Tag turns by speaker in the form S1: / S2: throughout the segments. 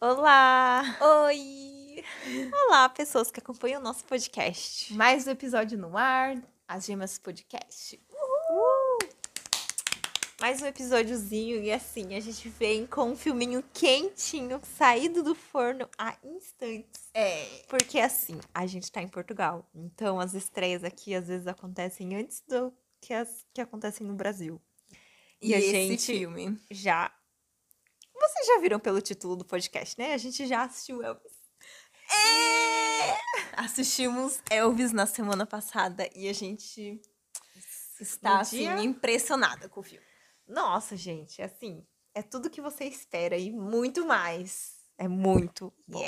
S1: Olá!
S2: Oi!
S1: Olá, pessoas que acompanham o nosso podcast.
S2: Mais um episódio no ar, as Gemas Podcast.
S1: Mais um episódiozinho e assim, a gente vem com um filminho quentinho, saído do forno há instantes.
S2: É.
S1: Porque assim, a gente tá em Portugal, então as estreias aqui às vezes acontecem antes do que as que acontecem no Brasil.
S2: E,
S1: E a
S2: esse
S1: gente-
S2: filme?
S1: Já. Vocês já viram pelo título do podcast, né? A gente já assistiu Elvis. É! Assistimos Elvis na semana passada e a gente está
S2: No
S1: assim,
S2: dia-
S1: impressionada com o filme. Nossa, gente, assim, é tudo que você espera e muito mais. É muito bom.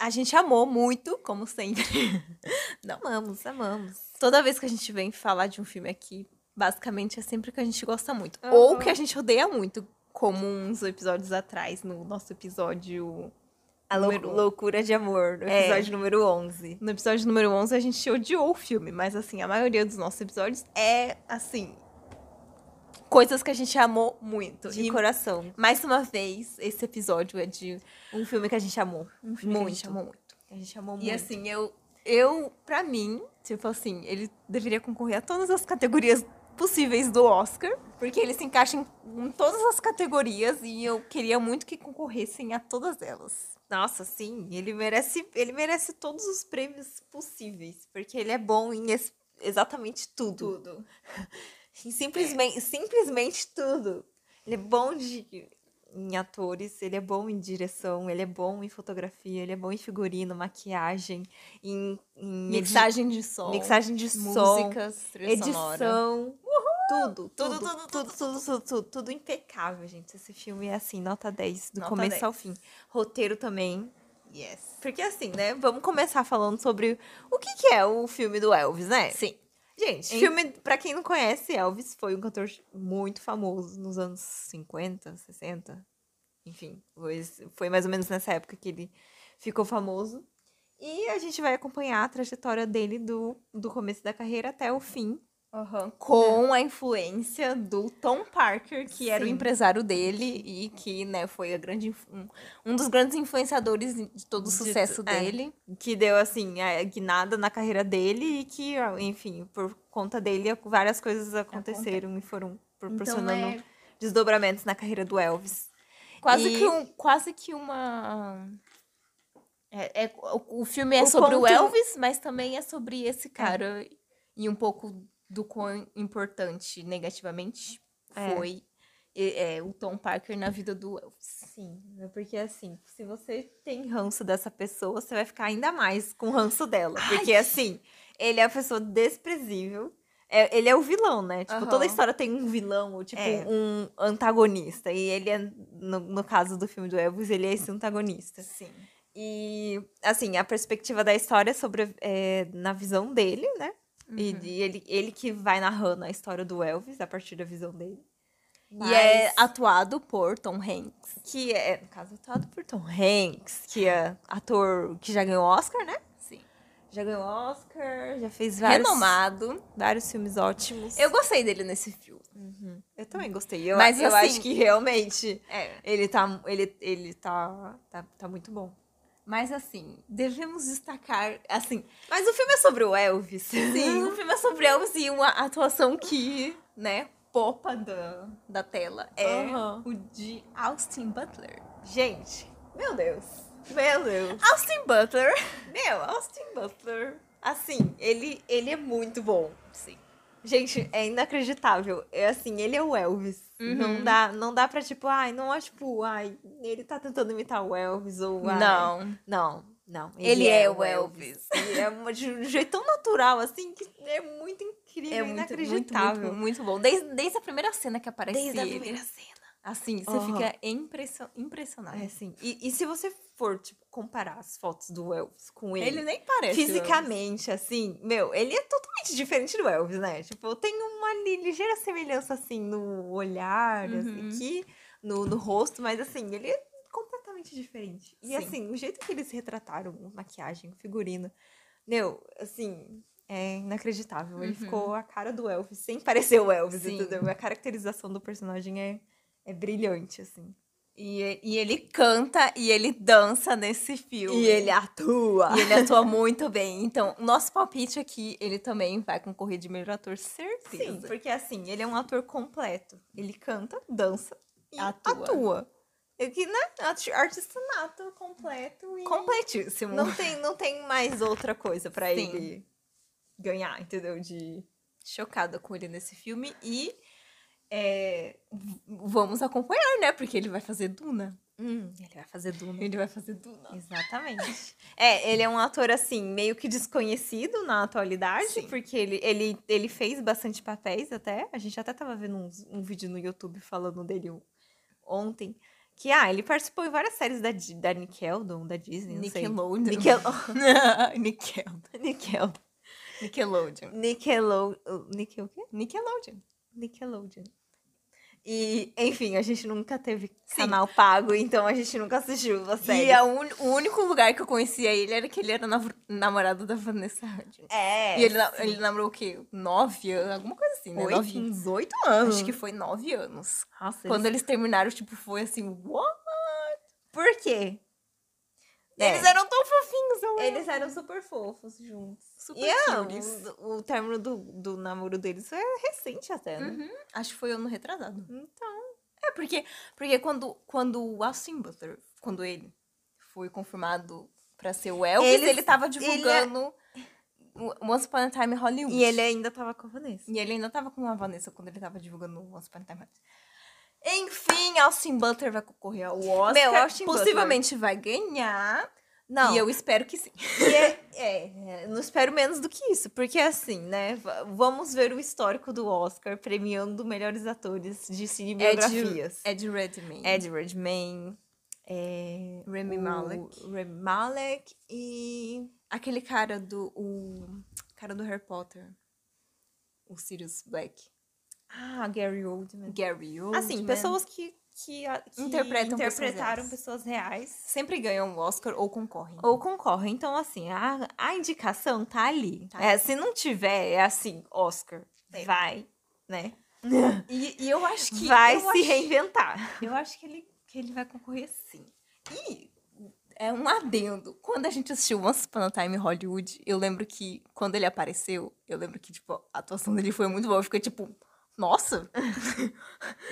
S1: A gente amou muito, como sempre. Não, amamos, amamos. Toda vez que a gente vem falar de um filme aqui, basicamente é sempre que a gente gosta muito.
S2: Aham.
S1: Ou que a gente odeia muito, como uns episódios atrás, no nosso episódio
S2: A
S1: número- um.
S2: loucu-
S1: Loucura de Amor, no
S2: É.
S1: episódio número 11. No episódio número 11 a gente odiou o filme, mas assim, a maioria dos nossos episódios é, assim, coisas que a gente amou muito.
S2: De
S1: E,
S2: coração.
S1: mais uma vez, esse episódio é de um filme que a gente amou.
S2: Um
S1: muito.
S2: muito.
S1: amou muito.
S2: A gente amou
S1: E assim, eu, eu, pra mim, tipo assim, ele deveria concorrer a todas as categorias possíveis do Oscar, porque ele se encaixa em, em todas as categorias e eu queria muito que concorressem a todas elas. Nossa, sim, ele merece, ele merece todos os prêmios possíveis, porque ele é bom em es- exatamente tudo.
S2: tudo.
S1: Em simplesmente, simplesmente tudo. Ele é bom de, em atores, ele é bom em direção, ele é bom em fotografia, ele é bom em figurino, maquiagem, em, em edi-
S2: Mixagem de som.
S1: mixagem de som,
S2: músicas, trilha sonora.
S1: edição, tudo, tudo,
S2: Tudo,
S1: tudo,
S2: tudo,
S1: tudo, tudo, tudo, tudo impecável, gente. Esse filme é assim, nota 10, do
S2: Nota
S1: começo
S2: 10.
S1: ao fim. Roteiro também.
S2: Yes.
S1: Porque assim, né? Vamos começar falando sobre o que, que é o filme do Elvis, né?
S2: Sim.
S1: Gente,
S2: Em-
S1: filme, pra quem não conhece, Elvis foi um cantor muito famoso nos anos 50, 60. Enfim, foi, foi mais ou menos nessa época que ele ficou famoso. E a gente vai acompanhar a trajetória dele do, do começo da carreira até o fim, com a influência do Tom Parker, que era o
S2: Sim.
S1: empresário dele e que né, foi a grande, inf- um, um dos grandes influenciadores de todo o
S2: De-
S1: sucesso
S2: é.
S1: dele que deu assim a guinada na carreira dele e que, enfim, por conta dele várias coisas aconteceram e foram
S2: Então
S1: proporcionando
S2: é
S1: desdobramentos na carreira do Elvis.
S2: quase,
S1: E-
S2: que um, quase que uma... É, é- o- o filme é
S1: O
S2: sobre o
S1: ponto-
S2: Elvis, mas também é sobre esse cara e um pouco do quão importante negativamente
S1: É.
S2: foi e- é, o Tom Parker na vida do Elvis.
S1: Sim, é porque assim, se você tem ranço dessa pessoa, você vai ficar ainda mais com ranço dela. Porque assim, ele é uma pessoa desprezível. É, ele é o vilão, né? Tipo, toda
S2: Aham.
S1: história tem um vilão, ou tipo,
S2: É.
S1: um antagonista. E ele é, no, no caso do filme do Elvis, ele é esse antagonista.
S2: Sim.
S1: E, assim, a perspectiva da história é sobre, é, na visão dele, né? E, e ele, ele que vai narrando a história do Elvis a partir da visão dele.
S2: E é
S1: Mas-
S2: atuado por Tom Hanks.
S1: Que é, no caso, atuado por Tom Hanks, que é ator que já ganhou Oscar, né?
S2: Sim.
S1: Já ganhou Oscar, já fez vários,
S2: Renomado.
S1: vários filmes ótimos.
S2: Eu gostei dele nesse filme.
S1: Eu também gostei. Eu,
S2: Mas,
S1: eu
S2: assim-
S1: acho que realmente
S2: É.
S1: ele tá, ele, ele tá, tá, tá muito bom.
S2: Mas assim, devemos destacar, assim,
S1: Mas o filme é sobre o Elvis.
S2: sim, o filme é sobre Elvis e uma atuação que, né, popa da, da tela é
S1: Aham.
S2: o de Austin Butler.
S1: Gente, meu Deus. Meu Deus.
S2: Austin Butler.
S1: Meu, Austin Butler. Assim, ele, ele é muito bom.
S2: Sim.
S1: Gente, é inacreditável. É assim, ele é o Elvis.
S2: Uhum.
S1: Não dá, não dá pra tipo, ai, não é tipo, ai, ele tá tentando imitar o Elvis ou ai.
S2: Não.
S1: Não, não.
S2: Ele é o Elvis.
S1: E é uma- de um jeito tão natural assim que é muito incrível,
S2: É muito, muito, muito,
S1: inacreditável.
S2: muito bom. Desde, desde a primeira cena que aparece
S1: Desde a
S2: ele.
S1: primeira cena.
S2: Assim, você
S1: Aham.
S2: fica impressio- impressionado.
S1: É assim. E, e se você for tipo comparar as fotos do Elvis com ele,
S2: Ele nem parece. o Elvis.
S1: Fisicamente, assim, meu, ele é totalmente diferente do Elvis, né? Tipo, tem uma li- ligeira semelhança, assim, no olhar, assim,
S2: Uhum.
S1: que, no, no rosto, mas, assim, ele é completamente diferente. E,
S2: Sim.
S1: assim, o jeito que eles retrataram, maquiagem, figurino, meu, assim, é inacreditável. Ele
S2: Uhum.
S1: ficou a cara do Elvis, sem parecer o Elvis,
S2: Sim.
S1: entendeu? A caracterização do personagem é, é brilhante, assim. E, e ele canta e ele dança nesse filme.
S3: E ele atua.
S1: E ele atua muito bem. Então, o nosso palpite aqui, ele também vai concorrer de melhor ator,
S3: Sim,
S1: certeza. porque assim, ele é um ator completo. Ele canta, dança e
S2: Atua.
S1: atua. É que, né? art- Artista nato, completo e...
S3: Completíssimo.
S1: não, tem, não tem mais outra coisa pra
S2: Sim.
S1: ele ganhar, entendeu? De chocada com ele nesse filme e... é, v- vamos acompanhar, né? Porque ele vai fazer Duna.
S3: Hum, ele vai fazer Duna.
S2: Ele vai fazer Duna.
S1: Exatamente. É, ele é um ator, assim, meio que desconhecido na atualidade,
S2: Sim.
S1: porque ele, ele, ele fez bastante papéis até. A gente até tava vendo uns- um, vídeo no YouTube falando dele o- ontem. Que, ah, ele participou em várias séries da, Di- da Nickelodeon, da Disney, não sei.
S2: Nickelodeon.
S1: Nickel-
S2: Nickel.
S1: Nickel.
S2: Nickelodeon.
S1: Nickelodeon. Nickel o quê?
S2: Nickelodeon.
S1: Nickelodeon. E, enfim, a gente nunca teve canal pago, então a gente nunca assistiu a série.
S2: E a un- o único lugar que eu conhecia ele era que ele era nav- namorado da Vanessa Hudgens.
S1: É.
S2: e ele, na- ele namorou o quê? Nove anos? Alguma coisa assim, né?
S1: Oito,
S2: Nove-
S1: uns oito anos.
S2: Acho que foi nove anos.
S1: Nossa,
S2: Quando eles terminaram, tipo, foi assim, what?
S1: Por quê?
S2: Eles eram tão fofinhos, eu
S1: É. Eles eram super fofos juntos.
S2: Super
S1: e é,
S2: cutes.
S1: o, o término do, do namoro deles foi recente até, né?
S2: Acho que foi ano retrasado.
S1: Então.
S2: É, porque, porque quando, quando o Austin Butler, quando ele foi confirmado pra ser o Elvis,
S1: Eles-
S2: ele tava
S1: ele é-
S2: divulgando o Once Upon a Time in Hollywood.
S1: E ele é ainda tava com a Vanessa.
S2: E ele ainda tava com a Vanessa quando ele tava divulgando o Once Upon a Time. in Hollywood. Enfim, Austin Butler vai concorrer ao Oscar.
S1: Meu, Austin
S2: possivelmente vai ganhar.
S1: Não.
S2: E eu espero que sim.
S1: E é, é, é, não espero menos do que isso, porque assim, né? va- Vamos ver o histórico do Oscar premiando melhores atores de cinebiografias.
S2: Ed Redmayne.
S1: Edward Main, é,
S2: Rami
S1: o
S2: Malek.
S1: Rami Malek e
S2: Aquele cara do. O cara do Harry Potter. O Sirius Black.
S1: ah, Gary Oldman.
S2: Gary Oldman.
S1: Assim, pessoas que, que, a- que
S2: Interpretam pessoas
S1: interpretaram
S2: reais.
S1: pessoas reais.
S2: Sempre ganham o Oscar ou concorrem.
S1: Ou concorrem. Então, assim, a, a indicação tá ali.
S2: Tá
S1: É, se não tiver, é assim, Oscar, vai, né?
S2: E, e eu acho que.
S1: vai
S2: eu
S1: se
S2: acho-
S1: reinventar.
S2: Eu acho que ele, que ele vai concorrer sim. E é um adendo. Quando a gente assistiu Once Upon a Time em Hollywood, eu lembro que quando ele apareceu, eu lembro que, tipo, a atuação dele foi muito boa. Eu fiquei tipo, nossa!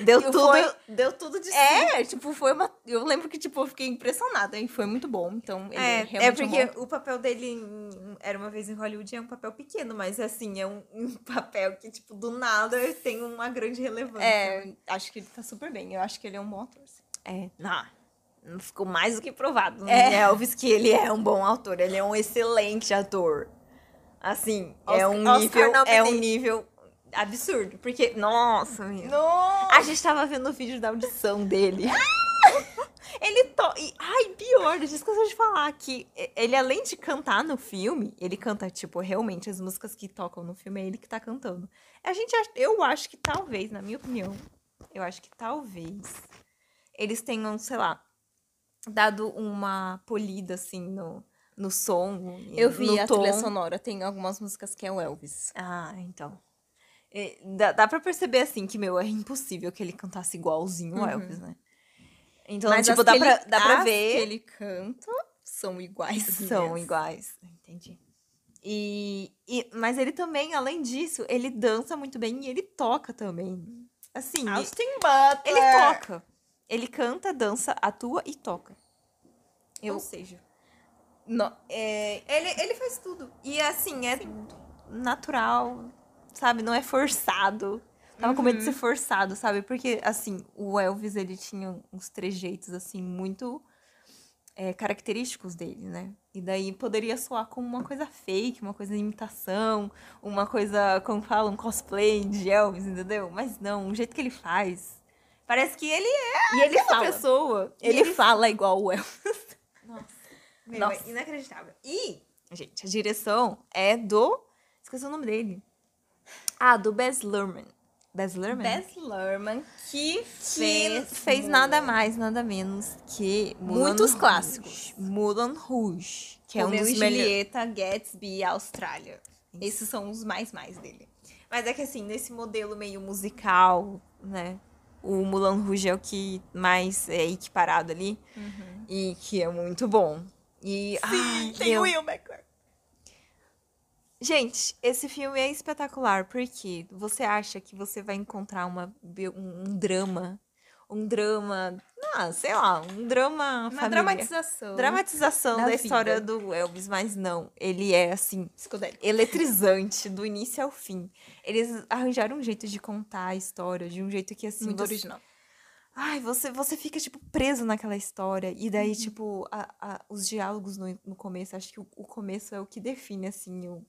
S1: Deu
S2: E
S1: tudo,
S2: foi-
S1: deu tudo de si.
S2: É, tipo, foi uma. Eu lembro que, tipo, eu fiquei impressionada e foi muito bom. Então, ele é,
S1: É,
S2: realmente
S1: é
S2: um
S1: porque
S2: bom-
S1: o papel dele em Era Uma Vez em Hollywood é um papel pequeno, mas assim, é um, um papel que, tipo, do nada tem uma grande relevância.
S2: É, acho que ele tá super bem. Eu acho que ele é um bom ator. sim.
S1: É, não, não ficou mais do que provado. É.
S2: É.
S1: Elvis que ele é um bom ator, ele é um excelente ator. Assim, é
S2: Oscar-
S1: um
S2: Oscar assim
S1: nível, é um
S2: nominee.
S1: nível absurdo, porque nossa, meu.
S2: Nossa!
S1: A gente tava vendo o vídeo da audição dele. ele to... e- ai, pior, a gente esqueceu de falar que e- ele além de cantar no filme, ele canta tipo realmente as músicas que tocam no filme é ele que tá cantando. A gente ach- eu acho que talvez, na minha opinião, eu acho que talvez eles tenham, sei lá, dado uma polida assim no no som,
S2: Eu vi
S1: no
S2: a
S1: tom.
S2: trilha sonora, tem algumas músicas que é o Elvis.
S1: Ah, então. É, dá, dá pra perceber, assim, que, meu, é impossível que ele cantasse igualzinho
S2: Uhum.
S1: o Elvis, né? Então,
S2: Mas
S1: tipo,
S2: as
S1: dá
S2: que
S1: pra,
S2: ele-
S1: dá pra
S2: as
S1: ver.
S2: que ele canta são iguais.
S1: São iguais. Entendi. E, e- mas ele também, além disso, ele dança muito bem e ele toca também. Assim, e-
S2: Austin Butler.
S1: ele toca. Ele canta, dança, atua e toca. Eu,
S2: Ou seja, no- é,
S1: Ele, ele faz tudo. E assim, é natural, sabe? Não é forçado. Tava com medo de ser forçado, sabe? Porque, assim, o Elvis, ele tinha uns trejeitos, assim, muito é, característicos dele, né? E daí poderia soar como uma coisa fake, uma coisa imitação, uma coisa, como fala, um cosplay de Elvis, entendeu? Mas não, o jeito que ele faz. Parece que ele é
S2: E ele
S1: aquela
S2: fala.
S1: pessoa.
S2: ele, fala igual o Elvis.
S1: Meu,
S2: Nossa.
S1: é inacreditável. E, gente, a direção é do. Esqueci o nome dele. Ah, do Baz Luhrmann. Baz Luhrmann?
S2: Bess Lerman, que,
S1: que
S2: fez,
S1: fez nada mais, nada menos que Moulin
S2: Muitos
S1: Rouge.
S2: clássicos.
S1: Moulin Rouge, que
S2: que é um
S1: é um
S2: dos
S1: dos melhores.
S2: Julieta, Gatsby, Austrália. Esses são os mais mais dele.
S1: Mas é que assim, nesse modelo meio musical, né? O Mulan Rouge é o que mais é equiparado ali. E que é muito bom. E, ai,
S2: Uhum. Tem um
S1: eu-
S2: o Will McClure.
S1: Gente, esse filme é espetacular, porque você acha que você vai encontrar uma, bio- um um drama, um drama, ah, sei lá, um drama
S2: Uma
S1: família.
S2: dramatização.
S1: Dramatização
S2: da
S1: da,
S2: vida.
S1: história do Elvis, mas não, ele é assim,
S2: Psicodélico.
S1: eletrizante do início ao fim. Eles arranjaram um jeito de contar a história de um jeito que assim,
S2: Muito
S1: você-
S2: original.
S1: Ai, você, você fica, tipo, preso naquela história. E
S2: Uhum.
S1: daí, tipo, a- a- os diálogos no, no começo, acho que o, o começo é o que define, assim, o,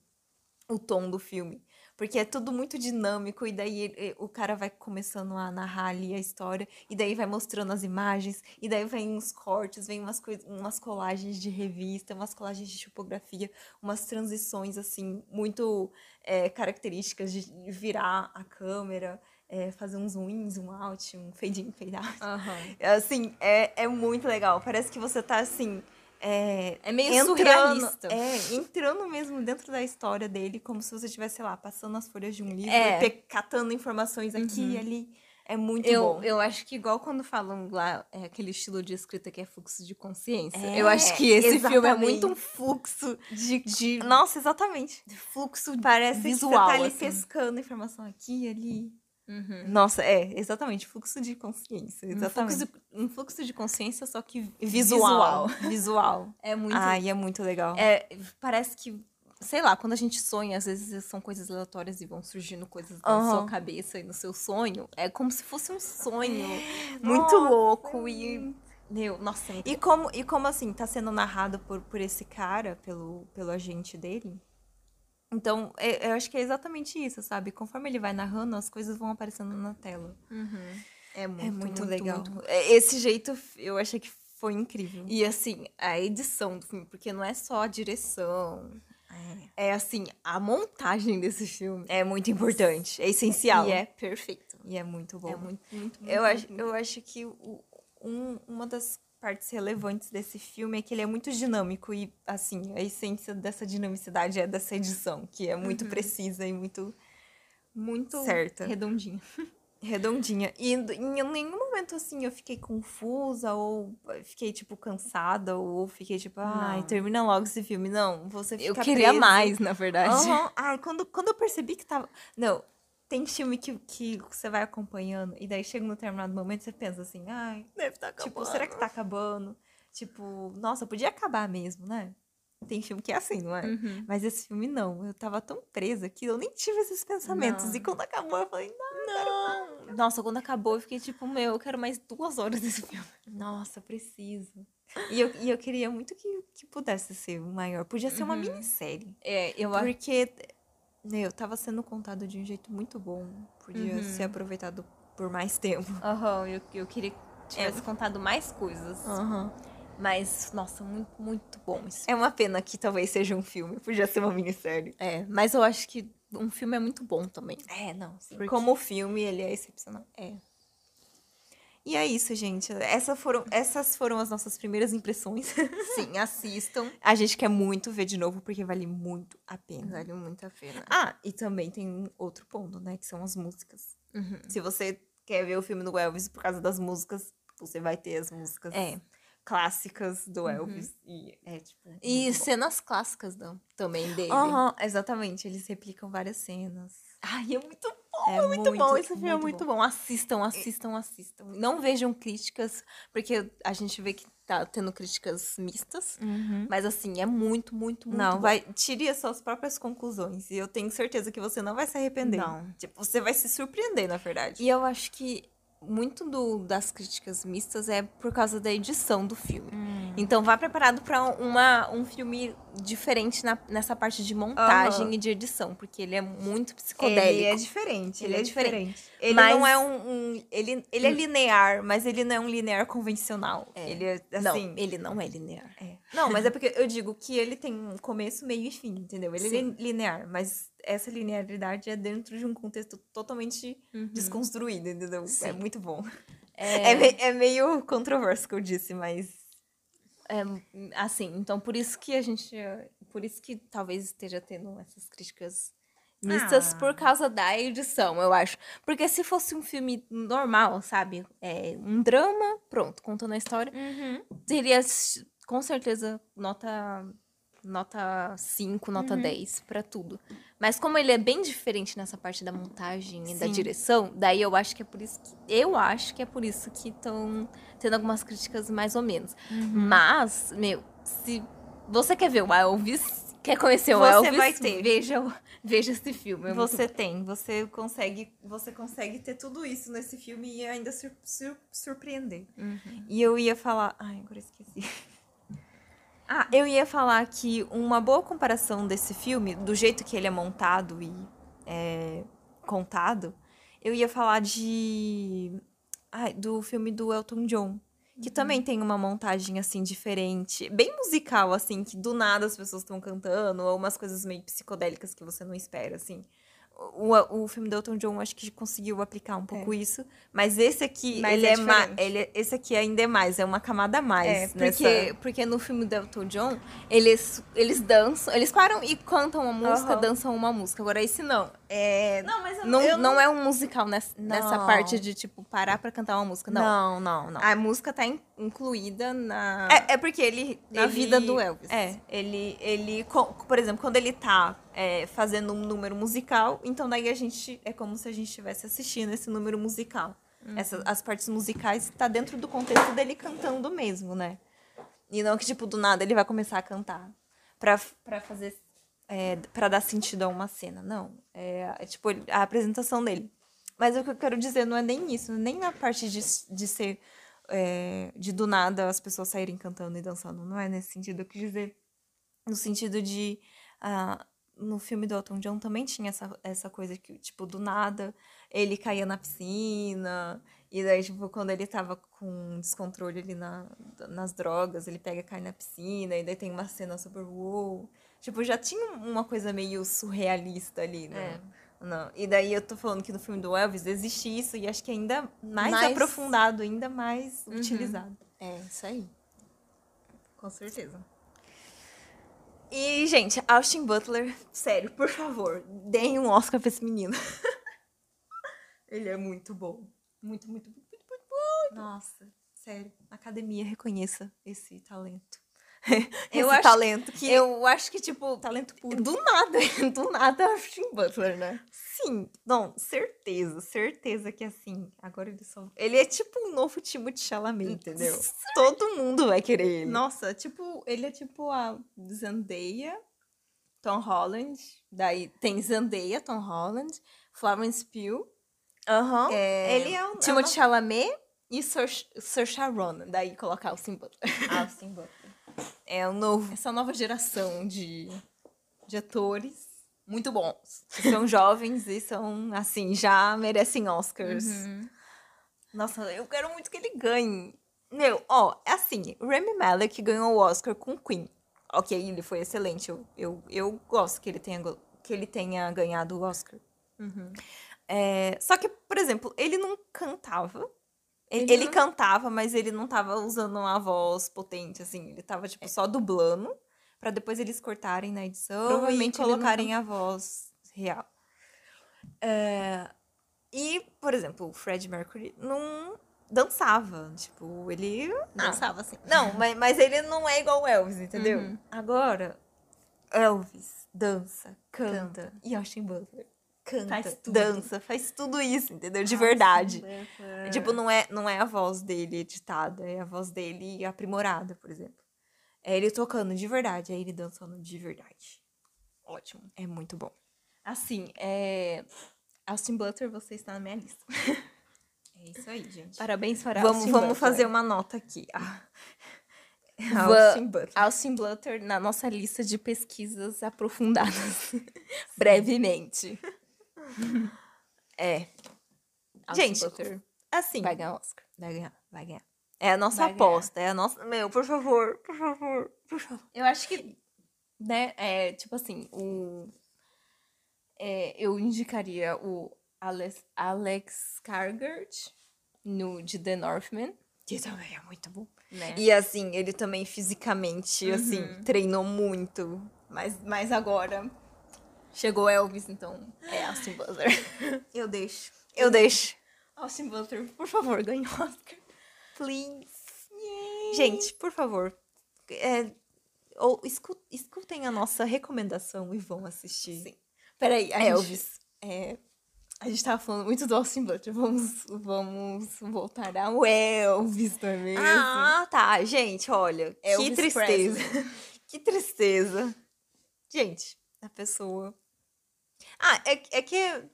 S1: o tom do filme. Porque é tudo muito dinâmico, e daí ele- e- o cara vai começando a narrar ali a história, e daí vai mostrando as imagens, e daí vem uns cortes, vem umas, coisas umas colagens de revista, umas colagens de tipografia, umas transições, assim, muito é, características de virar a câmera, é, fazer um zoom in, zoom out, um fade in, fade out.
S2: Aham.
S1: É, Assim, é, é muito legal. Parece que você tá assim. É,
S2: É meio
S1: entrando-
S2: surrealista.
S1: É, entrando mesmo dentro da história dele, como se você estivesse, sei lá, passando as folhas de um livro,
S2: É.
S1: e pe- catando informações aqui e ali. É muito
S2: Eu,
S1: bom.
S2: eu acho que igual quando falam lá, é aquele estilo de escrita que é fluxo de consciência.
S1: É,
S2: eu acho que esse filme é
S1: exatamente.
S2: muito um fluxo de, de
S1: Nossa, exatamente.
S2: fluxo
S1: Parece que
S2: visual,
S1: você tá ali
S2: assim.
S1: pescando informação aqui e ali.
S2: Uhum.
S1: Nossa, é, exatamente. Fluxo de consciência.
S2: Um,
S1: Exatamente.
S2: fluxo, um fluxo de consciência, só que
S1: Visual.
S2: visual.
S1: Visual.
S2: É muito.
S1: Ai, é muito legal.
S2: é, parece que, sei lá, quando a gente sonha, às vezes são coisas aleatórias e vão surgindo coisas na
S1: Aham.
S2: sua cabeça e no seu sonho. É como se fosse um sonho muito
S1: Nossa, é
S2: louco e. Meu, nossa, é muito
S1: E como, e como assim, tá sendo narrado por, por esse cara, pelo, pelo agente dele? Então, é- eu acho que é exatamente isso, sabe? Conforme ele vai narrando, as coisas vão aparecendo na tela.
S2: É muito,
S1: é muito, legal.
S2: legal.
S1: É, Esse jeito eu achei que foi incrível.
S2: E assim, a edição do filme, porque não é só a direção, é assim, a montagem desse filme.
S1: É muito importante, é essencial.
S2: E é perfeito.
S1: E é muito bom.
S2: É muito, muito, muito.
S1: eu, acho,
S2: muito.
S1: eu acho que o- um- uma das partes relevantes desse filme é que ele é muito dinâmico e, assim, a essência dessa dinamicidade é dessa edição, que é
S2: Uhum.
S1: muito precisa e muito, muito
S2: certa.
S1: redondinha. Redondinha. E em- em nenhum momento, assim, eu fiquei confusa ou fiquei, tipo, cansada ou fiquei, tipo, ai,
S2: Não.
S1: termina logo esse filme. Não, você fica
S2: Eu queria
S1: preso.
S2: mais, na verdade.
S1: Aham. Ai, quando, quando eu percebi que tava. Não, tem filme que, que você vai acompanhando e daí chega num determinado momento você pensa assim, ai,
S2: Deve estar
S1: tipo, será que tá acabando? Tipo, nossa, podia acabar mesmo, né? Tem filme que é assim, não é?
S2: Hum. Uhum.
S1: Mas esse filme não. Eu tava tão presa que eu nem tive esses pensamentos.
S2: Não.
S1: E quando acabou, eu falei, não.
S2: Nossa, quando acabou, eu fiquei tipo, meu, eu quero mais duas horas desse filme.
S1: Nossa, eu preciso. E eu, e eu queria muito que, que pudesse ser o maior. Podia ser uma minissérie.
S2: É, Uhum. eu acho.
S1: Porque, meu, tava sendo contado de um jeito muito bom. Podia
S2: Uhum.
S1: ser aproveitado por mais tempo.
S2: Aham, eu, eu queria que tivesse contado mais coisas. Mas, nossa, muito, muito bom isso.
S1: É uma pena que talvez seja um filme. Podia ser uma minissérie.
S2: É, mas eu acho que um filme é muito bom também.
S1: É, não. sim.
S2: Porque-
S1: Como filme, ele é excepcional.
S2: É.
S1: E é isso, gente. Essa foram, essas foram as nossas primeiras impressões.
S2: Sim, assistam.
S1: A gente quer muito ver de novo, porque vale muito a pena.
S2: Vale muito a pena.
S1: Ah, e também tem um outro ponto, né? Que são as músicas.
S2: Uhum.
S1: Se você quer ver o filme do Elvis por causa das músicas, você vai ter as músicas
S2: É.
S1: clássicas do Elvis. E é tipo.
S2: E
S1: muito bom.
S2: cenas clássicas não, também dele.
S1: Aham, exatamente. Eles replicam várias cenas.
S2: Ai, é muito
S1: É, muito, bom. Esse filme é muito bom.
S2: Assistam, assistam, assistam. Não vejam críticas, porque a gente vê que tá tendo críticas mistas. Mas assim, é muito, muito, muito
S1: Uhum. Não,
S2: bom.
S1: vai, tire as suas próprias conclusões. E eu tenho certeza que você não vai se arrepender.
S2: Não.
S1: Tipo, você vai se surpreender, na verdade.
S2: E eu acho que muito do- das críticas mistas é por causa da edição do filme. Então vá preparado pra uma um filme diferente na- nessa parte de montagem
S1: Aham.
S2: e de edição, porque ele é muito psicodélico.
S1: Ele é diferente. Ele, é diferente. Ele
S2: Mas-
S1: não é um, um- ele, ele é linear, mas ele não é um linear convencional. Ele é assim.
S2: Não, ele não é linear.
S1: É. Não, mas é porque eu digo que ele tem um começo, meio e fim, entendeu? Ele é
S2: Sim.
S1: lin- linear, mas essa linearidade é dentro de um contexto totalmente desconstruído, entendeu?
S2: Sim.
S1: É muito bom. Uhum. É, me- é meio controverso o que eu disse, mas.
S2: É, assim, então por isso que a gente. Por isso que talvez esteja tendo essas críticas Mistas
S1: Ah.
S2: por causa da edição, eu acho. Porque se fosse um filme normal, sabe? É, um drama, pronto, contando a história,
S1: Uhum.
S2: teria s- com certeza nota nota 5, nota
S1: Uhum.
S2: 10 pra tudo. Mas como ele é bem diferente nessa parte da montagem e da
S1: Sim.
S2: direção, daí eu acho que é por isso que eu acho que é por isso que estão tendo algumas críticas mais ou menos.
S1: Uhum.
S2: Mas, meu, se você quer ver o Elvis, quer conhecer o
S1: Você
S2: Elvis,
S1: vai ter.
S2: veja o- veja esse filme. é muito
S1: Você tem, você consegue, você consegue ter tudo isso nesse filme e ainda sur- sur- surpreender.
S2: Uhum.
S1: E eu ia falar, ai, agora eu esqueci. Ah, eu ia falar que uma boa comparação desse filme, do jeito que ele é montado e é, contado, eu ia falar de ai, do filme do Elton John. Que também tem uma montagem, assim, diferente. Bem musical, assim, que do nada as pessoas estão cantando. Ou umas coisas meio psicodélicas que você não espera, assim. O, o filme do Elton John, acho que conseguiu aplicar um pouco isso. Mas esse aqui,
S2: Mas
S1: ele
S2: é
S1: é, ma-
S2: diferente.
S1: ele é- Esse aqui ainda é mais. É uma camada a mais.
S2: É, porque,
S1: nessa-
S2: porque no filme do Elton John, eles, eles dançam, eles param e cantam uma música,
S1: Aham.
S2: dançam uma música. Agora, esse não. É,
S1: Não, mas eu
S2: não,
S1: eu
S2: não é um musical nessa, nessa
S1: Não.
S2: parte de, tipo, parar pra cantar uma música,
S1: Não,
S2: não.
S1: não, não.
S2: A música tá in- incluída na,
S1: É, é porque ele.
S2: Ah. na
S1: ele-
S2: vida do Elvis.
S1: É, ele, ele. co- Por exemplo, quando ele tá é, fazendo um número musical, então daí a gente. É como se a gente estivesse assistindo esse número musical.
S2: Uhum.
S1: Essas, as partes musicais tá dentro do contexto dele cantando mesmo, né? E não que, tipo, do nada ele vai começar a cantar pra, pra fazer. É, pra dar sentido a uma cena. Não. É, é tipo ele- a apresentação dele. Mas o que eu quero dizer não é nem isso, nem a parte de, de ser. é, de do nada as pessoas saírem cantando e dançando. Não é nesse sentido. Eu quis dizer. No sentido de. ah, no filme do Elton John também tinha essa, essa coisa que, tipo, do nada ele caía na piscina. E daí, tipo, quando ele tava com descontrole ali na, nas drogas, ele pega e cai na piscina. E daí tem uma cena super wow. Tipo, já tinha uma coisa meio surrealista ali, né? Não. E daí eu tô falando que no filme do Elvis existe isso e acho que é ainda mais,
S2: Mais-
S1: aprofundado, ainda mais utilizado.
S2: É, isso aí.
S1: Com certeza. E, gente, Austin Butler, sério, por favor, deem um Oscar pra esse menino. Ele é muito bom. Muito, muito, muito, muito, muito bom. Nossa, sério. A academia reconheça esse talento.
S2: Eu
S1: esse
S2: acho-
S1: talento que...
S2: Eu acho que, tipo,
S1: Talento puro.
S2: do nada, do nada, é Austin Butler, né?
S1: Sim, não, certeza, certeza que assim, agora ele só. Ele é tipo um novo Timothée Chalamet, entendeu?
S2: Todo mundo vai querer ele.
S1: Nossa, tipo, ele é tipo a Zendaya, Tom Holland, daí tem Zendaya, Tom Holland, Florence Pugh,
S2: Aham.
S1: é, ele é um
S2: Timothée Chalamet e Saoirse Ronan. Daí colocar o Austin Butler.
S1: Austin Butler. É um novo,
S2: Essa nova geração de, de atores muito bons.
S1: que são jovens e são assim, já merecem Oscars.
S2: Uhum.
S1: Nossa, eu quero muito que ele ganhe. Meu, ó, é assim, o Rami Malek ganhou o Oscar com Queen. Ok, ele foi excelente. Eu, eu, eu gosto que ele, tenha, go- que ele tenha ganhado o Oscar.
S2: Uhum.
S1: É, só que, por exemplo, ele não cantava. Ele,
S2: Ele
S1: ele
S2: não-
S1: cantava, mas ele não tava usando uma voz potente, assim. Ele tava,
S2: É,
S1: tipo, só dublando. Pra depois eles cortarem na edição
S2: Provavelmente
S1: Provavelmente e
S2: ele não tá-
S1: colocarem a voz real. É, e, por exemplo, o Fred Mercury não dançava. Tipo, ele
S2: Dançava assim.
S1: não, mas, mas ele não é igual o Elvis, entendeu?
S2: Uhum.
S1: Agora, Elvis dança, canta,
S2: Canta.
S1: e Austin Butler canta,
S2: Faz tudo.
S1: dança, faz tudo isso, entendeu? De verdade.
S2: Butler.
S1: Tipo, não é, não é a voz dele editada, é a voz dele aprimorada, por exemplo. É ele tocando de verdade, é ele dançando de verdade.
S2: Ótimo.
S1: É muito bom.
S2: Assim, é... Austin Butler, você está na minha lista.
S1: É isso aí, gente.
S2: Parabéns para
S1: Vamos,
S2: Austin
S1: vamos
S2: Butler.
S1: fazer uma nota aqui. Ah.
S2: Va-
S1: Austin Butler.
S2: Austin Butler na nossa lista de pesquisas aprofundadas. Brevemente.
S1: É.
S2: Austin
S1: Gente,
S2: Butler
S1: assim.
S2: vai ganhar Oscar.
S1: Vai ganhar, vai ganhar. É a nossa
S2: Vai ganhar.
S1: aposta, é a nossa. Meu, por favor, por favor, por favor.
S2: Eu acho que, né, é, tipo assim, o... é, eu indicaria o Alex, Alex Kargert no, de The Northman,
S1: Que também é muito bom.
S2: né? Uhum.
S1: E assim, ele também fisicamente, assim, treinou muito.
S2: Mas, mas agora, Chegou Elvis, então é Austin Butler.
S1: Eu deixo.
S2: Eu deixo. Austin Butler, por favor, ganhe o Oscar.
S1: Please. Gente, por favor. é, ou escu- escutem a nossa recomendação e vão assistir.
S2: Sim. Peraí, a Elvis.
S1: Elvis.
S2: é, a gente tava falando muito do Austin Butler. Vamos, vamos voltar ao Elvis é também.
S1: Ah, tá. Gente, olha. que
S2: Elvis
S1: tristeza. que tristeza. Gente, a pessoa. Ah, é, é que é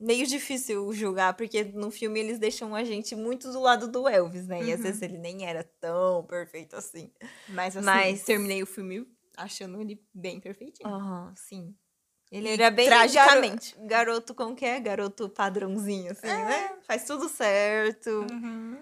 S1: meio difícil julgar, porque no filme eles deixam a gente muito do lado do Elvis, né? E às vezes ele nem era tão perfeito assim.
S2: Mas assim,
S1: Mas-
S2: terminei o filme achando ele bem perfeitinho.
S1: Aham, sim. Ele
S2: E
S1: era bem
S2: tragicamente.
S1: garo- garoto como que é? Garoto padrãozinho, assim, né? Faz tudo certo. Uhum.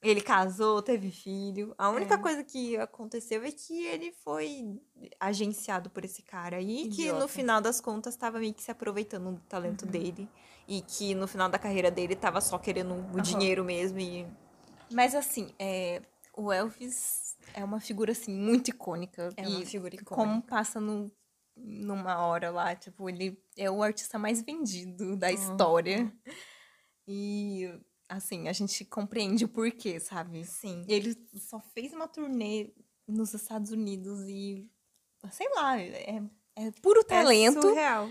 S1: Ele casou, teve filho. A única coisa que aconteceu é que ele foi agenciado por esse cara aí, que
S2: Idiota.
S1: no final das contas tava meio que se aproveitando do talento dele. E que no final da carreira dele tava só querendo o dinheiro mesmo e.
S2: Mas assim, é, o Elvis é uma figura assim muito icônica.
S1: É uma
S2: e
S1: figura icônica.
S2: como passa no, numa hora lá, tipo, ele é o artista mais vendido da história. E assim, a gente compreende o porquê, sabe?
S1: Sim.
S2: Ele só fez uma turnê nos Estados Unidos e sei lá, é, é puro
S1: É
S2: talento.
S1: surreal.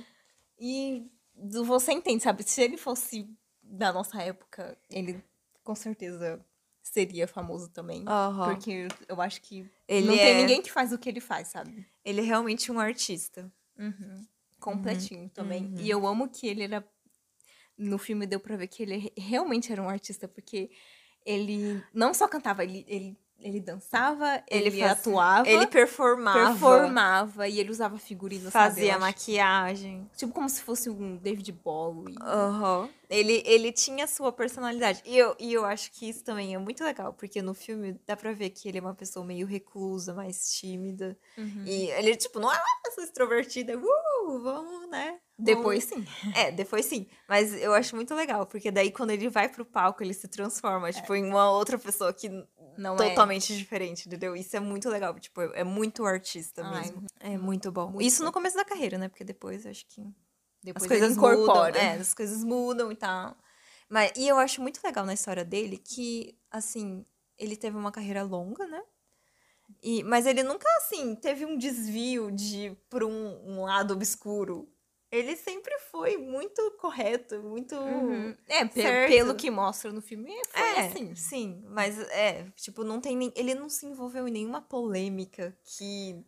S2: E do- você entende, sabe? Se ele fosse da nossa época, ele com certeza seria famoso também.
S1: Aham.
S2: Porque eu acho que
S1: Ele
S2: não
S1: é-
S2: tem ninguém que faz o que ele faz, sabe?
S1: Ele é realmente um artista.
S2: Uhum. Completinho também. E eu amo que ele era. No filme deu pra ver que ele re- realmente era um artista, porque ele não só cantava, ele, ele, ele dançava,
S1: Ele
S2: ele,
S1: fazia-
S2: atuava,
S1: Ele performava.
S2: performava e ele usava figurinos, sabe? Eu
S1: Fazia
S2: acho-
S1: maquiagem.
S2: Tipo como se fosse um David Bowie.
S1: Aham. Ele, ele tinha sua personalidade. E eu, e eu acho que isso também é muito legal, porque no filme dá pra ver que ele é uma pessoa meio reclusa, mais tímida. E ele, tipo, não é uma pessoa extrovertida. Uh, vamos, né?
S2: Depois sim.
S1: Vamos- É, depois sim. Mas eu acho muito legal, porque daí quando ele vai pro palco, ele se transforma, tipo, em uma outra pessoa que
S2: Não é.
S1: totalmente diferente, entendeu? Isso é muito legal. Tipo, é muito artista
S2: Ai, uhum.
S1: mesmo. É muito bom.
S2: muito
S1: isso
S2: bom.
S1: no começo da carreira, né? Porque depois eu acho que
S2: Depois
S1: as coisas
S2: ele
S1: mudam, é, as coisas mudam e tal. Mas, e eu acho muito legal na história dele que, assim, ele teve uma carreira longa, né? E, mas ele nunca, assim, teve um desvio de pra um, um lado obscuro. Ele sempre foi muito correto, muito.
S2: Uhum. É, pe-
S1: Certo.
S2: pelo que mostra no filme, foi
S1: É,
S2: assim.
S1: sim, mas é, tipo, não tem nem. Ele não se envolveu em nenhuma polêmica que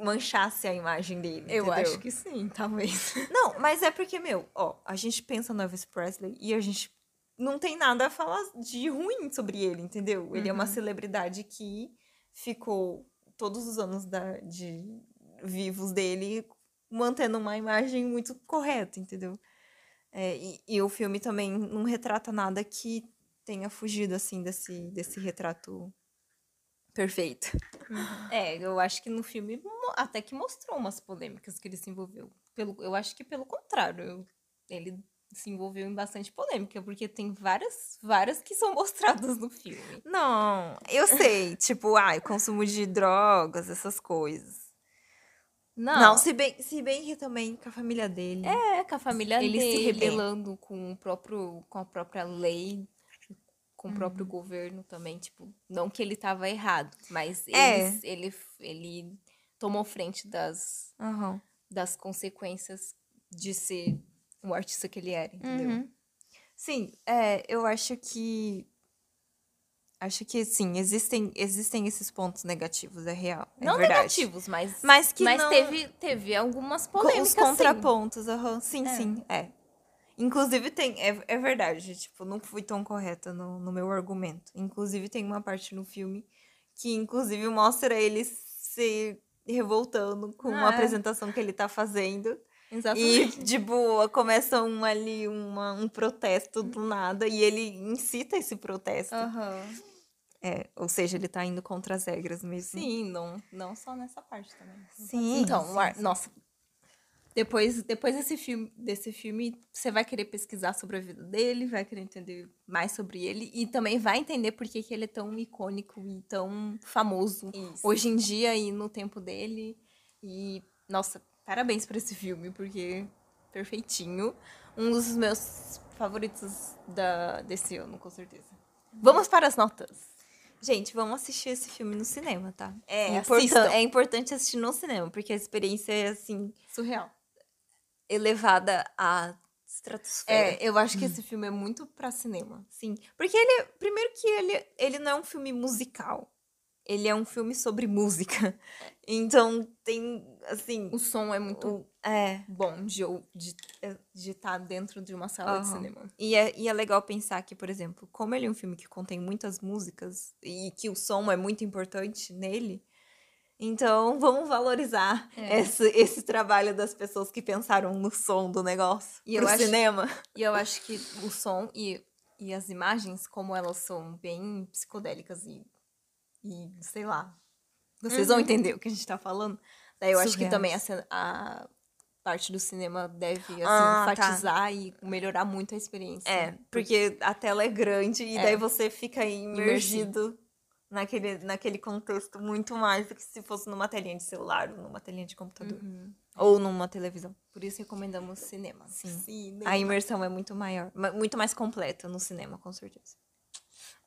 S1: manchasse a imagem dele.
S2: Eu
S1: entendeu?
S2: acho que sim, talvez.
S1: Não, mas é porque, meu, ó, a gente pensa no Elvis Presley e a gente não tem nada a falar de ruim sobre ele, entendeu? Ele é uma celebridade que ficou todos os anos da, de vivos dele mantendo uma imagem muito correta, entendeu? É, e, e o filme também não retrata nada que tenha fugido, assim, desse, desse retrato perfeito.
S2: É, eu acho que no filme mo- até que mostrou umas polêmicas que ele se envolveu. Pelo, eu acho que pelo contrário, eu- ele se envolveu em bastante polêmica, porque tem várias, várias que são mostradas no filme.
S1: Não, eu sei, tipo, ai, consumo de drogas, essas coisas.
S2: Não,
S1: Não, se, bem, se bem que também com a família dele. É.
S2: é com a família
S1: Ele
S2: ele
S1: se
S2: dele, se
S1: rebelando
S2: rebelando com o próprio com a própria lei, com o próprio governo também, tipo, não que ele tava errado, mas
S1: É.
S2: eles- ele ele tomou frente das das consequências de ser o artista que ele era, entendeu?
S1: Sim, é, eu acho que. Acho que sim, existem, existem esses pontos negativos, é real. é
S2: Não
S1: verdade.
S2: negativos, mas
S1: Mas que
S2: mas
S1: não-
S2: teve teve algumas
S1: Co-
S2: polêmicas
S1: Os
S2: sim.
S1: contrapontos, aham. Sim,
S2: É.
S1: sim, é. Inclusive tem, é, é verdade, tipo, não fui tão correta no, no meu argumento. Inclusive tem uma parte no filme que inclusive mostra ele se revoltando com uma
S2: Ah.
S1: apresentação que ele tá fazendo. E,
S2: Exatamente.
S1: de boa começa um ali uma, um protesto do nada e ele incita esse protesto.
S2: Aham.
S1: É, ou seja, ele tá indo contra as regras mesmo.
S2: Sim, não, não só nessa parte também.
S1: Sim,
S2: Então,
S1: sim,
S2: o ar- nossa. Depois, depois desse filme, desse filme, você vai querer pesquisar sobre a vida dele, vai querer entender mais sobre ele e também vai entender por que, que ele é tão icônico e tão famoso
S1: Isso.
S2: hoje em dia e no tempo dele. E nossa, tá Parabéns pra esse filme, porque perfeitinho. Um dos meus favoritos da, desse ano, com certeza.
S1: Uhum.
S2: Vamos para as notas.
S1: Gente, vamos assistir esse filme no cinema, tá?
S2: É,
S1: Importan-
S2: assistam.
S1: é importante assistir no cinema, porque a experiência é, assim,
S2: Surreal.
S1: elevada à estratosfera.
S2: É, eu acho que esse filme é muito pra cinema.
S1: Sim. Porque ele, primeiro que ele, ele não é um filme musical. Ele é um filme sobre música. Então tem, assim,
S2: O som é muito
S1: o- é,
S2: bom de eu- de é, de estar dentro de uma sala de
S1: Aham.
S2: cinema.
S1: e é, e é legal pensar que, por exemplo, como ele é um filme que contém muitas músicas e que o som é muito importante nele, então vamos valorizar
S2: É.
S1: esse, esse trabalho das pessoas que pensaram no som do negócio.
S2: E
S1: E
S2: eu
S1: pro
S2: acho-
S1: cinema.
S2: E eu acho que o som e, e as imagens, como elas são bem psicodélicas e, e sei lá. Vocês vão entender o que a gente tá falando. Daí eu acho que
S1: Surreais.
S2: também a, cena- a parte do cinema deve assim,
S1: Ah, tá.
S2: enfatizar e melhorar muito a experiência.
S1: É, porque a tela é grande e
S2: É.
S1: daí você fica
S2: Imersivo.
S1: imergido naquele, naquele contexto muito mais do que se fosse numa telinha de celular, ou numa telinha de computador.
S2: Uhum.
S1: Ou numa televisão.
S2: Por isso recomendamos cinema.
S1: Sim.
S2: Cinema.
S1: A imersão é muito maior, ma- muito mais completa no cinema, com certeza.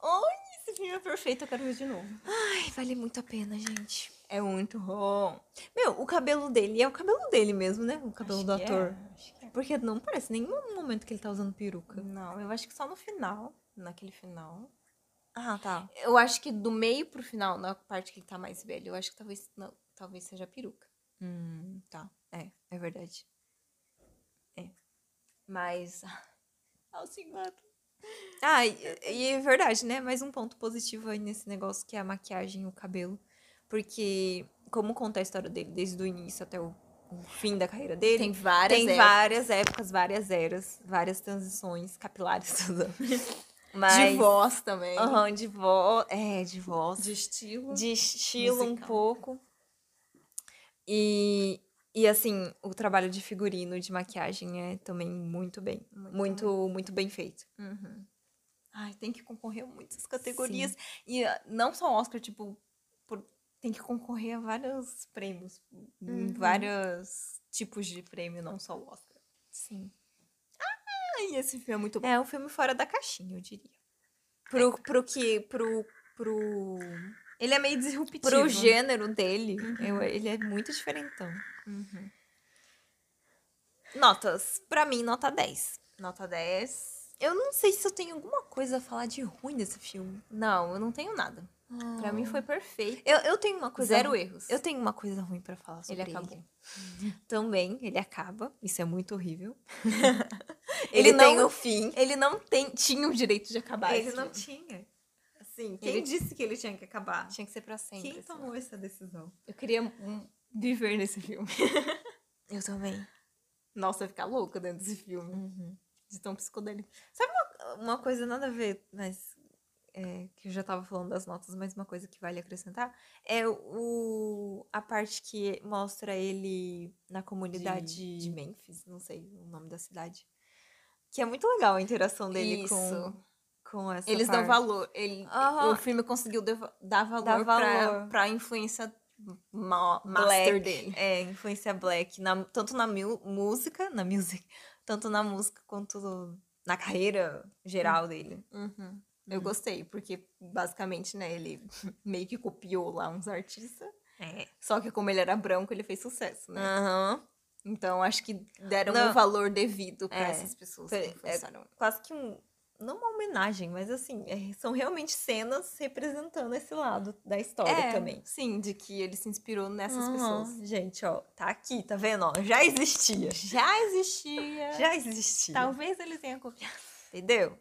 S2: Ai, esse filme é perfeito, eu quero ver de novo.
S1: Ai, vale muito a pena, gente.
S2: É muito bom.
S1: Meu, o cabelo dele é o cabelo dele mesmo, né? O cabelo
S2: Acho
S1: do
S2: que é,
S1: ator.
S2: acho que é.
S1: Porque não parece nenhum momento que ele tá usando peruca.
S2: Não, eu acho que só no final. Naquele final.
S1: Ah, tá.
S2: Eu acho que do meio pro final, na parte que ele tá mais velho, eu acho que talvez, não, talvez seja a peruca.
S1: Hum, tá. É, é verdade.
S2: Mas.
S1: Tá
S2: Ah, o Singato.
S1: Ah, e, e é verdade, né? Mais um ponto positivo aí nesse negócio que é a maquiagem e o cabelo. Porque, como conta a história dele desde o início até o, o fim da carreira dele,
S2: Tem várias.
S1: tem
S2: é,
S1: várias épocas, várias eras, várias transições capilares. tudo. Mas,
S2: De voz também.
S1: Aham, de voz. É, de voz.
S2: De estilo.
S1: de estilo um
S2: musical.
S1: pouco. E, e assim, o trabalho de figurino, de maquiagem é também muito bem.
S2: Muito
S1: Muito, muito bem feito.
S2: Uhum. Ai, tem que concorrer a muitas categorias. E ah, não só Oscar, tipo, por- tem que concorrer a vários prêmios. em
S1: Uhum.
S2: Vários tipos de prêmio, não só o Oscar.
S1: Sim.
S2: Ai, esse filme é muito bom.
S1: É um filme fora da caixinha, eu diria. Pro, pro que. Pro. Pro,
S2: Ele é meio disruptivo.
S1: pro gênero dele, eu- ele é muito diferentão.
S2: Uhum.
S1: Notas. Pra mim, nota 10.
S2: Nota 10.
S1: Eu não sei se eu tenho alguma coisa a falar de ruim desse filme.
S2: Não, eu não tenho nada. Pra mim foi perfeito.
S1: Eu, eu tenho uma coisa.
S2: Zero
S1: ruim.
S2: erros.
S1: Eu tenho uma coisa ruim pra falar sobre
S2: Ele
S1: ele.
S2: acabou.
S1: Também, ele acaba. Isso é muito horrível.
S2: Ele tem um
S1: o fim.
S2: Ele não tem, tinha o direito de acabar.
S1: Ele
S2: esse
S1: não
S2: livro.
S1: tinha. Assim,
S2: Ele-
S1: quem disse que ele tinha que acabar?
S2: Tinha que ser pra sempre.
S1: Quem
S2: assim.
S1: tomou essa decisão?
S2: Eu queria hum, viver nesse filme.
S1: Eu também.
S2: Nossa, eu ia ficar louca dentro desse filme. Uhum. De tão psicodélico.
S1: Uma coisa nada a ver, mas. é, que eu já tava falando das notas, mas uma coisa que vale acrescentar é o, a parte que mostra ele na comunidade
S2: De-
S1: de, Memphis, não sei o nome da cidade. Que é muito legal a interação dele
S2: Isso.
S1: com, com essa
S2: Eles dão
S1: parte.
S2: valor. Ele,
S1: Aham.
S2: O filme conseguiu deva- dar valor,
S1: Dar
S2: Pra,
S1: valor.
S2: pra influência ma- master
S1: Black.
S2: dele.
S1: É, influência black, na- tanto na mil- música, na music, tanto na música quanto na carreira geral dele.
S2: Uhum. Eu gostei, porque basicamente, né, ele meio que copiou lá uns artistas.
S1: É.
S2: Só que como ele era branco, ele fez sucesso, né?
S1: Aham.
S2: Então, acho que deram o
S1: Não.
S2: valor devido pra
S1: É.
S2: essas pessoas
S1: Foi-
S2: que
S1: é-
S2: influenciaram.
S1: Quase que um. Não uma homenagem, mas assim, é- são realmente cenas representando esse lado da história também.
S2: É, Sim, de que ele se inspirou nessas
S1: É, Aham.
S2: pessoas.
S1: Gente, ó, tá aqui, tá vendo? Ó, já existia.
S2: Já existia.
S1: Já existia.
S2: Talvez ele tenha copiado.
S1: Entendeu?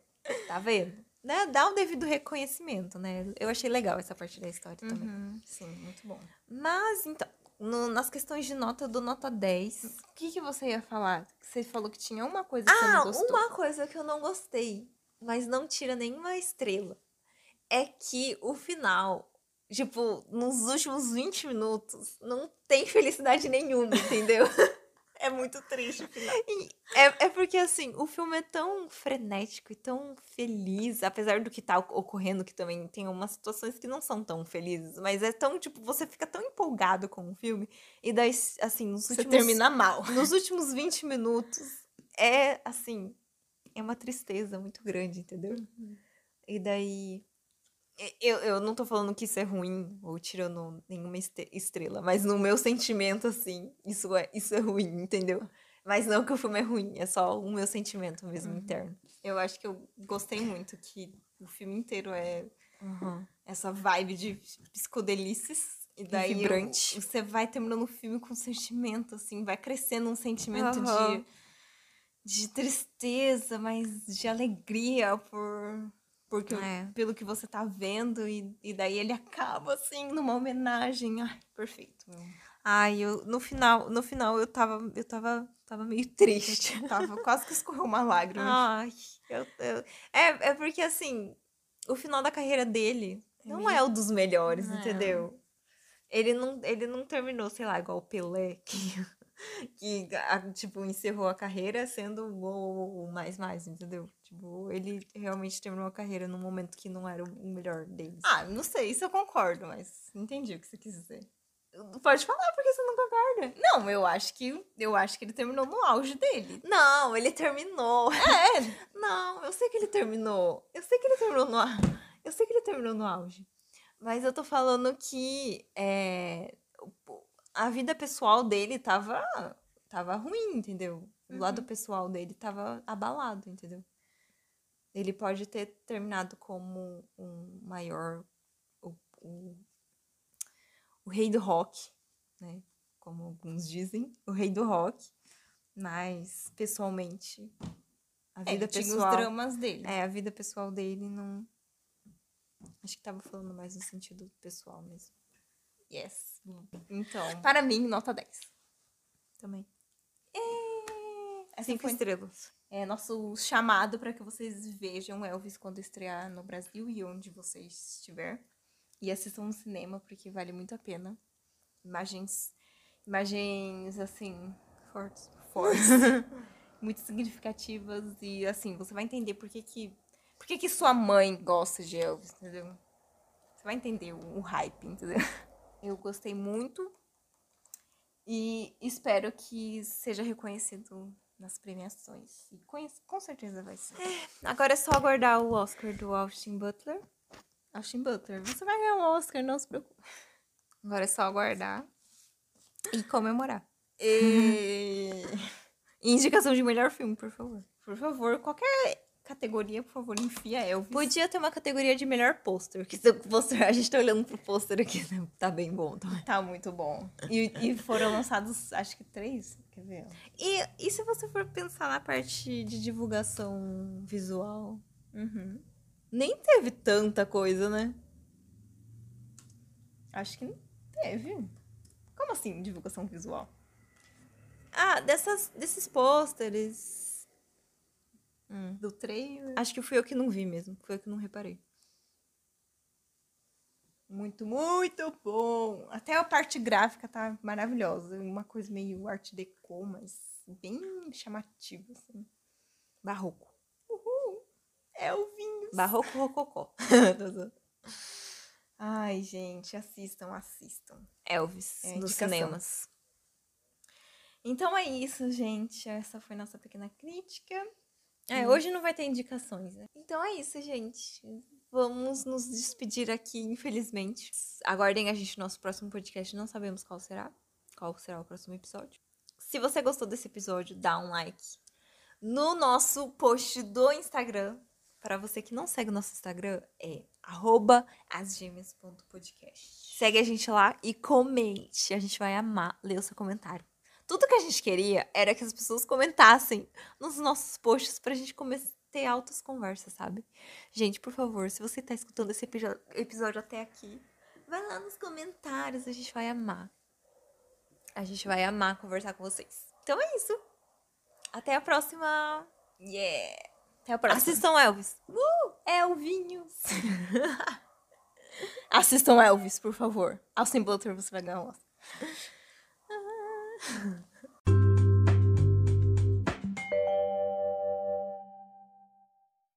S1: Tá vendo? Né? Dá o devido reconhecimento, né? Eu achei legal essa parte da história também.
S2: Sim, muito bom.
S1: Mas, então, no- nas questões de nota, eu dou nota 10.
S2: O que, que você ia falar? Você falou que tinha uma coisa que você
S1: Ah,
S2: não gostou.
S1: uma coisa que eu não gostei, mas não tira nenhuma estrela, é que o final, tipo, nos últimos 20 minutos, não tem felicidade nenhuma, entendeu?
S2: É muito triste o final.
S1: É, é porque, assim, o filme é tão frenético e tão feliz, apesar do que tá oc- ocorrendo, que também tem umas situações que não são tão felizes, mas é tão, tipo, você fica tão empolgado com o filme, e daí, assim, nos
S4: Você
S1: últimos,
S4: termina mal.
S1: nos últimos 20 minutos, é, assim, é uma tristeza muito grande, entendeu? E daí... e- Eu, eu não tô falando que isso é ruim, ou tirando nenhuma este- estrela, mas no meu sentimento, assim, isso é, isso é ruim, entendeu? Mas não que o filme é ruim, é só o meu sentimento mesmo interno.
S2: Eu acho que eu gostei muito que o filme inteiro é essa vibe de psicodelices. E daí eu-
S1: vibrante.
S2: você vai terminando o filme com um sentimento, assim, vai crescendo um sentimento
S1: Aham.
S2: de, de tristeza, mas de alegria por, porque,
S1: É.
S2: pelo que você tá vendo. E, e daí ele acaba, assim, numa homenagem. Ai, perfeito.
S1: Ai, eu, no final, no final eu tava, eu tava, tava meio triste.
S2: Tava, quase que escorreu uma lágrima.
S1: Ai, eu, eu- é, é porque assim, o final da carreira dele não é o dos melhores,
S2: Não.
S1: entendeu? Ele não, ele não terminou, sei lá, igual o Pelé, que, que a- tipo, encerrou a carreira sendo o, o mais mais, entendeu? Tipo, ele realmente terminou a carreira num momento que não era o o melhor deles.
S2: Ah, não sei, isso eu concordo, mas entendi o que você quis dizer.
S1: Pode falar, porque você não concorda.
S2: Não, eu acho que eu acho que ele terminou no auge dele.
S1: Não, ele terminou. Não, eu sei que ele terminou. Eu sei que ele terminou no au- Eu sei que ele terminou no auge. Mas eu tô falando que é, o- a vida pessoal dele tava, tava ruim, entendeu? O lado
S2: Uhum.
S1: pessoal dele tava abalado, entendeu? Ele pode ter terminado como um maior. O, o, o rei do rock, né? Como alguns dizem, o rei do rock. Mas, pessoalmente, a
S2: É,
S1: vida
S2: ele tinha
S1: pessoal.
S2: os dramas dele.
S1: É, a vida pessoal dele não. Acho que tava falando mais no sentido pessoal mesmo. É.
S2: Yes.
S1: Então,
S2: Para mim, nota 10.
S1: também. É,
S2: Essa
S1: Cinco
S2: foi
S1: estrelas.
S2: é, nosso chamado para que vocês vejam Elvis quando estrear no Brasil e onde você estiver. E assistam no cinema, porque vale muito a pena. Imagens. Imagens, assim,
S1: Fortes.
S2: fortes. muito significativas. E assim, você vai entender por que que. Por que, que sua mãe gosta de Elvis, entendeu? Você vai entender o, o hype, entendeu? Eu gostei muito. E espero que seja reconhecido nas premiações. E com, com certeza vai ser.
S1: Agora é só aguardar o Oscar do Austin Butler.
S2: Austin Butler, você vai ganhar um Oscar, não se preocupe. Agora é só aguardar.
S1: E comemorar.
S2: E...
S1: E indicação de melhor filme, por favor.
S2: Por favor, qualquer categoria, por favor, enfia Elvis.
S1: Podia ter uma categoria de melhor pôster. Que se o pôster, a gente tá olhando pro pôster aqui, né? Tá bem bom também.
S2: Tá muito bom. E, e foram lançados, acho que três. Quer ver?
S1: E, e se você for pensar na parte de divulgação visual?
S2: Uhum.
S1: Nem teve tanta coisa, né?
S2: Acho que não teve. um. Como assim, divulgação visual?
S1: Ah, dessas, desses pôsteres.
S2: Do trailer.
S1: Acho que fui eu que não vi mesmo. Foi eu que não reparei.
S2: Muito, muito bom. Até a parte gráfica tá maravilhosa. Uma coisa meio art deco, mas bem chamativa, assim.
S1: Barroco.
S2: É o vinho.
S1: Barroco rococó.
S2: Ai, gente, assistam, assistam.
S1: Elvis,
S2: É,
S1: nos
S2: indicação.
S1: cinemas.
S2: Então é isso, gente. Essa foi nossa pequena crítica.
S1: É, hoje não vai ter indicações, né?
S2: Então é isso, gente.
S1: Vamos nos despedir aqui, infelizmente. Aguardem a gente no nosso próximo podcast. Não sabemos qual será. Qual será o próximo episódio. Se você gostou desse episódio, dá um like no nosso post do Instagram. Para você que não segue o nosso Instagram, é arroba
S2: Asgêmeas.podcast.
S1: Segue a gente lá e comente. A gente vai amar ler o seu comentário. Tudo que a gente queria era que as pessoas comentassem nos nossos posts pra gente começar a ter altas conversas, sabe? Gente, por favor, se você tá escutando esse epijo- episódio até aqui, vai lá nos comentários, a gente vai amar. A gente vai amar conversar com vocês. Então é isso. Até a próxima.
S2: Yeah! Até o próximo.
S1: Assistam Elvis.
S2: Elvinhos! Assistam Elvis, por favor. Austin Butler, você vai ganhar um Oscar.